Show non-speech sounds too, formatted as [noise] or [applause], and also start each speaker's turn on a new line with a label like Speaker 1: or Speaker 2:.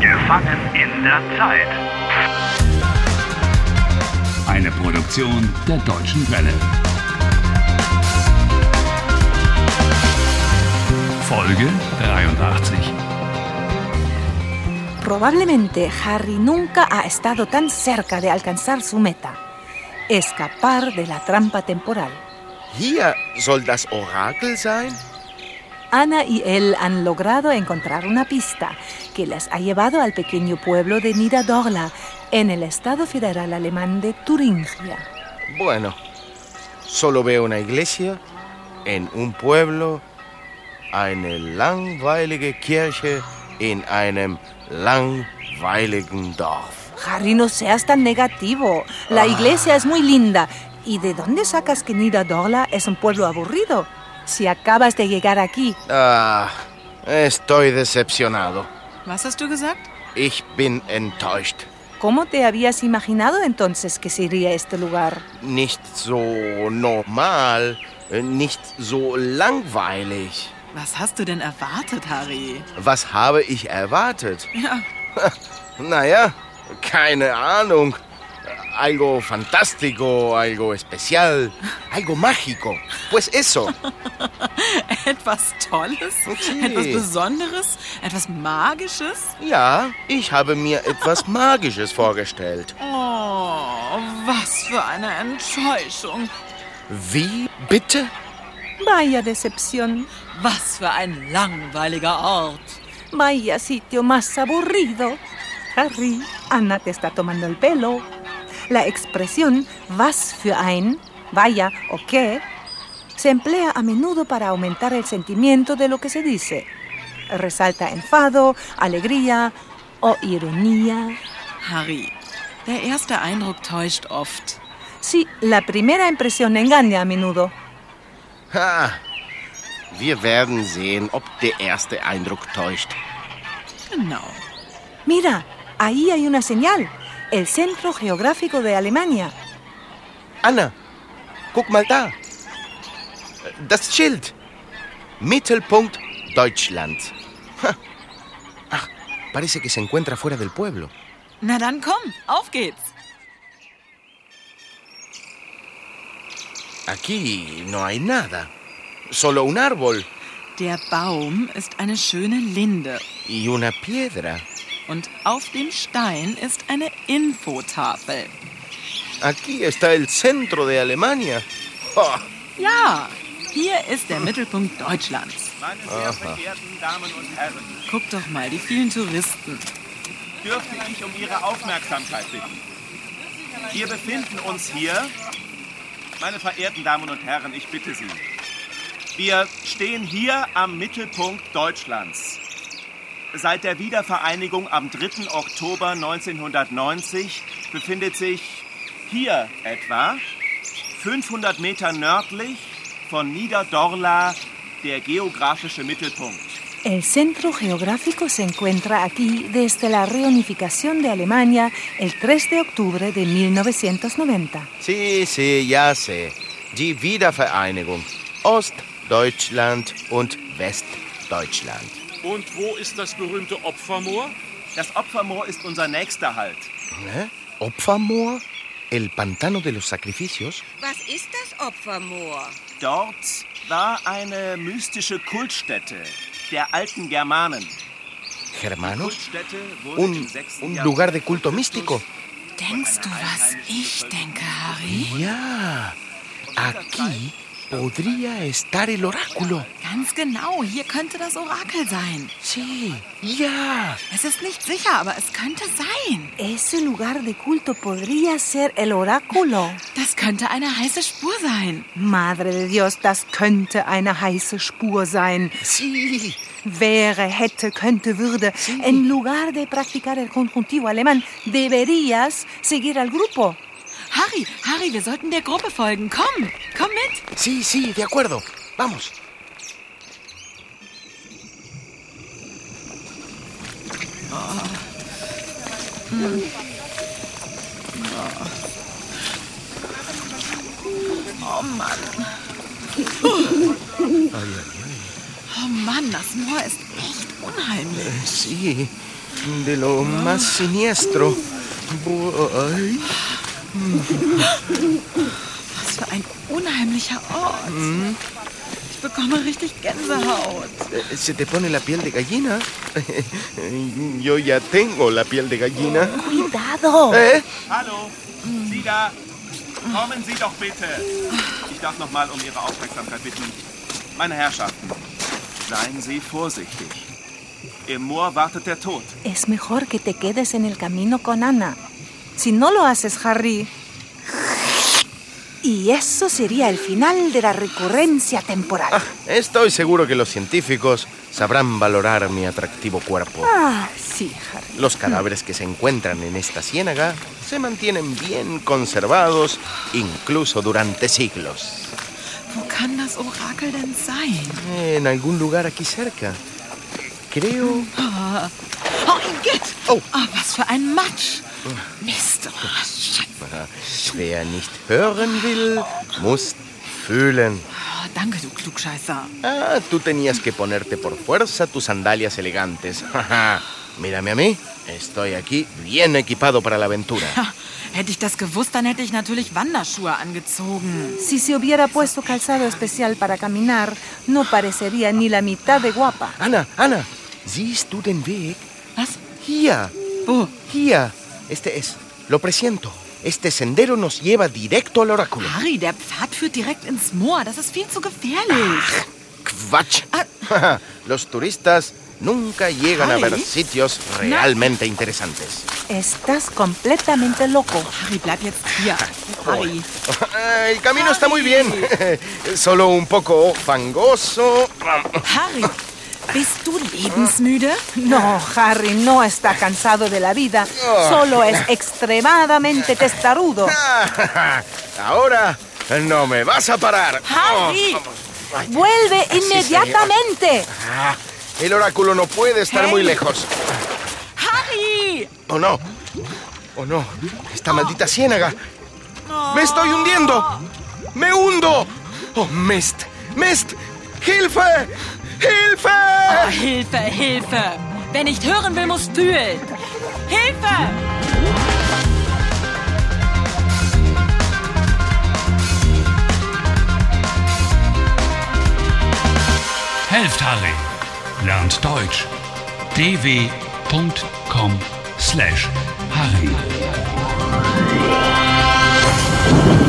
Speaker 1: Gefangenen in der Zeit.
Speaker 2: Eine Produktion der Deutschen Welle. Folge 83.
Speaker 3: Probablemente Harry nunca ha estado tan cerca de alcanzar su meta, escapar de la trampa temporal.
Speaker 4: Hier soll das Orakel sein?
Speaker 3: Ana y él han logrado encontrar una pista que las ha llevado al pequeño pueblo de Nidadorla, en el estado federal alemán de Turingia.
Speaker 4: Bueno, solo veo una iglesia en un pueblo, eine langweilige Kirche in einem langweiligen Dorf.
Speaker 3: Harry, no seas tan negativo. La iglesia es muy linda. ¿Y de dónde sacas que Nidadorla es un pueblo aburrido? Si acabas de llegar aquí,
Speaker 4: Ah, estoy decepcionado.
Speaker 5: Was hast du gesagt?
Speaker 4: Ich bin enttäuscht.
Speaker 3: ¿cómo te habías imaginado entonces que sería este lugar?
Speaker 4: Nicht so normal, nicht so langweilig.
Speaker 5: Was hast du denn erwartet, Harry? [laughs]
Speaker 4: Was habe ich erwartet? [laughs]
Speaker 5: Ja,
Speaker 4: Naja, keine Ahnung. Algo fantástico, algo especial, algo mágico. Pues eso.
Speaker 5: etwas Tolles,
Speaker 4: Okay.
Speaker 5: etwas Besonderes, etwas Magisches.
Speaker 4: Ja, ich habe mir etwas Magisches vorgestellt.
Speaker 5: Oh, was für eine Enttäuschung.
Speaker 4: Wie bitte?
Speaker 3: Vaya decepción,
Speaker 5: Was für ein langweiliger Ort.
Speaker 3: vaya sitio más aburrido. Harry, Ana te está tomando el pelo. La expresión was für ein, vaya o qué, se emplea a menudo para aumentar el sentimiento de lo que se dice. Resalta enfado, alegría o ironía.
Speaker 5: Harry, der erste Eindruck täuscht oft.
Speaker 3: Sí, la primera impresión engaña a menudo.
Speaker 4: Ha. Wir werden sehen, ob der erste Eindruck täuscht.
Speaker 5: Genau.
Speaker 3: Mira, ahí hay una señal. El Centro Geográfico de Alemania.
Speaker 4: Anna, guck mal da. Das Schild. Mittelpunkt Deutschland. Ha. Ach, parece que se encuentra fuera del pueblo.
Speaker 5: Na dann komm, auf geht's.
Speaker 4: Aquí no hay nada. Solo un árbol
Speaker 5: Der Baum ist eine schöne Linde
Speaker 4: y una piedra.
Speaker 5: und auf dem Stein ist eine Infotafel.
Speaker 4: Aquí está el centro de Alemania. Oh, Ha.
Speaker 5: Ja, hier ist der Mittelpunkt Deutschlands.
Speaker 6: Meine sehr verehrten Damen und Herren,
Speaker 5: Guck doch mal, die vielen Touristen.
Speaker 6: dürfte ich um Ihre Aufmerksamkeit bitten. Wir befinden uns hier, meine verehrten Damen und Herren, ich bitte Sie. Wir stehen hier am Mittelpunkt Deutschlands. Seit der Wiedervereinigung am 3. Oktober 1990 befindet sich hier etwa 500 Meter nördlich von Niederdorla der geografische Mittelpunkt.
Speaker 3: El centro geográfico se encuentra aquí desde la reunificación de Alemania el 3 de octubre de 1990.
Speaker 4: Sí, sí, ya sé. Die Wiedervereinigung. Ostdeutschland und Westdeutschland.
Speaker 7: Und wo ist das berühmte Opfermoor?
Speaker 6: Das Opfermoor ist unser nächster Halt.
Speaker 4: ¿Eh? Opfermoor? ¿El pantano de los sacrificios?
Speaker 8: Was ist das Opfermoor?
Speaker 6: Dort war eine mystische Kultstätte der alten Germanen.
Speaker 4: ¿Germanos?
Speaker 6: Kultstätte wurde im
Speaker 4: ¿Un,
Speaker 6: sechsten
Speaker 4: un
Speaker 6: Jahrhundert
Speaker 4: lugar de culto místico?
Speaker 5: Denkst du, was ich denke, Harry?
Speaker 4: Ya. Aquí podría estar el oráculo.
Speaker 5: Ganz genau, hier könnte das Orakel sein.
Speaker 4: Sí, ya.
Speaker 5: Es ist nicht sicher, aber es könnte sein.
Speaker 3: Ese lugar de culto podría ser el oráculo.
Speaker 5: Das könnte eine heiße Spur sein.
Speaker 3: Madre de Dios, das könnte eine heiße Spur sein.
Speaker 4: Sí.
Speaker 3: Wäre, hätte, könnte, würde. En lugar de practicar el conjuntivo alemán, deberías seguir al grupo.
Speaker 5: Harry, Harry, wir sollten der Gruppe folgen. Komm, komm mit.
Speaker 4: Sí, sí, de acuerdo. Vamos.
Speaker 5: Oh Mann, das Moor ist echt unheimlich.
Speaker 4: Sí. de lo más siniestro. Boy.
Speaker 5: Was für ein unheimlicher Ort. Ich bekomme richtig Gänsehaut.
Speaker 4: Eh, Se te pone la piel de gallina. [laughs] Yo ya tengo la piel de gallina.
Speaker 3: Cuidado.
Speaker 4: ¿Eh?
Speaker 6: Hallo, Sie da. Kommen Sie doch bitte. Ich darf nochmal um Ihre Aufmerksamkeit bitten. Meine Herrschaften, seien Sie vorsichtig. Im Moor wartet der Tod.
Speaker 3: Es mejor que te quedes en el camino con Ana. Si no lo haces, Harry. Y eso sería el final de la recurrencia temporal.
Speaker 4: Estoy seguro que los científicos sabrán valorar mi atractivo cuerpo.
Speaker 3: Ah, sí, Harry.
Speaker 4: Los cadáveres que se encuentran en esta ciénaga se mantienen bien conservados incluso durante siglos.
Speaker 5: Wo kann das Orakel denn sein?
Speaker 4: En algún lugar aquí cerca. Creo...
Speaker 5: Oh, Igitt!
Speaker 4: Oh.
Speaker 5: oh was für ein Matsch. Mist. Oh, Scheiße.
Speaker 4: Wer nicht hören will, muss fühlen.
Speaker 5: Oh, danke, du Klugscheißer.
Speaker 4: Ah, tú tenías que ponerte por fuerza tus sandalias elegantes. [laughs] Jaja. Mírame a mí. Estoy aquí bien equipado para la aventura.
Speaker 5: Ha, Hätte ich das gewusst, dann hätte ich natürlich Wanderschuhe angezogen.
Speaker 3: Si se hubiera puesto calzado especial para caminar, no parecería ni la mitad de guapa.
Speaker 4: Anna, Anna, siehst du den Weg?
Speaker 5: Was? Oh,
Speaker 4: Hier,
Speaker 5: Wo?
Speaker 4: hier. Este es. Lo presiento. Este sendero nos lleva directo al oráculo.
Speaker 5: Harry, der Pfad führt direkt ins Moor. Das ist viel zu gefährlich.
Speaker 4: ¡Quatsch!
Speaker 5: Ah.
Speaker 4: Jaja. [laughs] Los turistas nunca llegan a ver
Speaker 5: Ay.
Speaker 4: sitios realmente
Speaker 5: [laughs]
Speaker 4: interesantes.
Speaker 3: Estás completamente loco.
Speaker 5: Harry, bleib jetzt hier. Harry.
Speaker 4: El camino está muy bien. [laughs] Solo un poco fangoso. [laughs]
Speaker 5: Harry, bist du lebensmüde?
Speaker 3: No, Harry no está cansado de la vida, solo es extremadamente testarudo.
Speaker 4: Ahora no me vas a parar. Oh.
Speaker 5: Harry!
Speaker 3: Vuelve
Speaker 4: señor.
Speaker 3: inmediatamente.
Speaker 4: Ah, el oráculo no puede estar muy
Speaker 5: Hey.
Speaker 4: lejos.
Speaker 5: Harry!
Speaker 4: ¿O no? ¿O no? Esta maldita ciénaga. ¡Me estoy hundiendo! ¡Me hundo! ¡Oh, Mist! ¡Mist! ¡Hilfe! ¡Hilfe!
Speaker 5: Hilfe, Hilfe! Wer nicht hören will, muss fühlen. Hilfe!
Speaker 2: Helft Harry. Lernt Deutsch. dw.com/harry.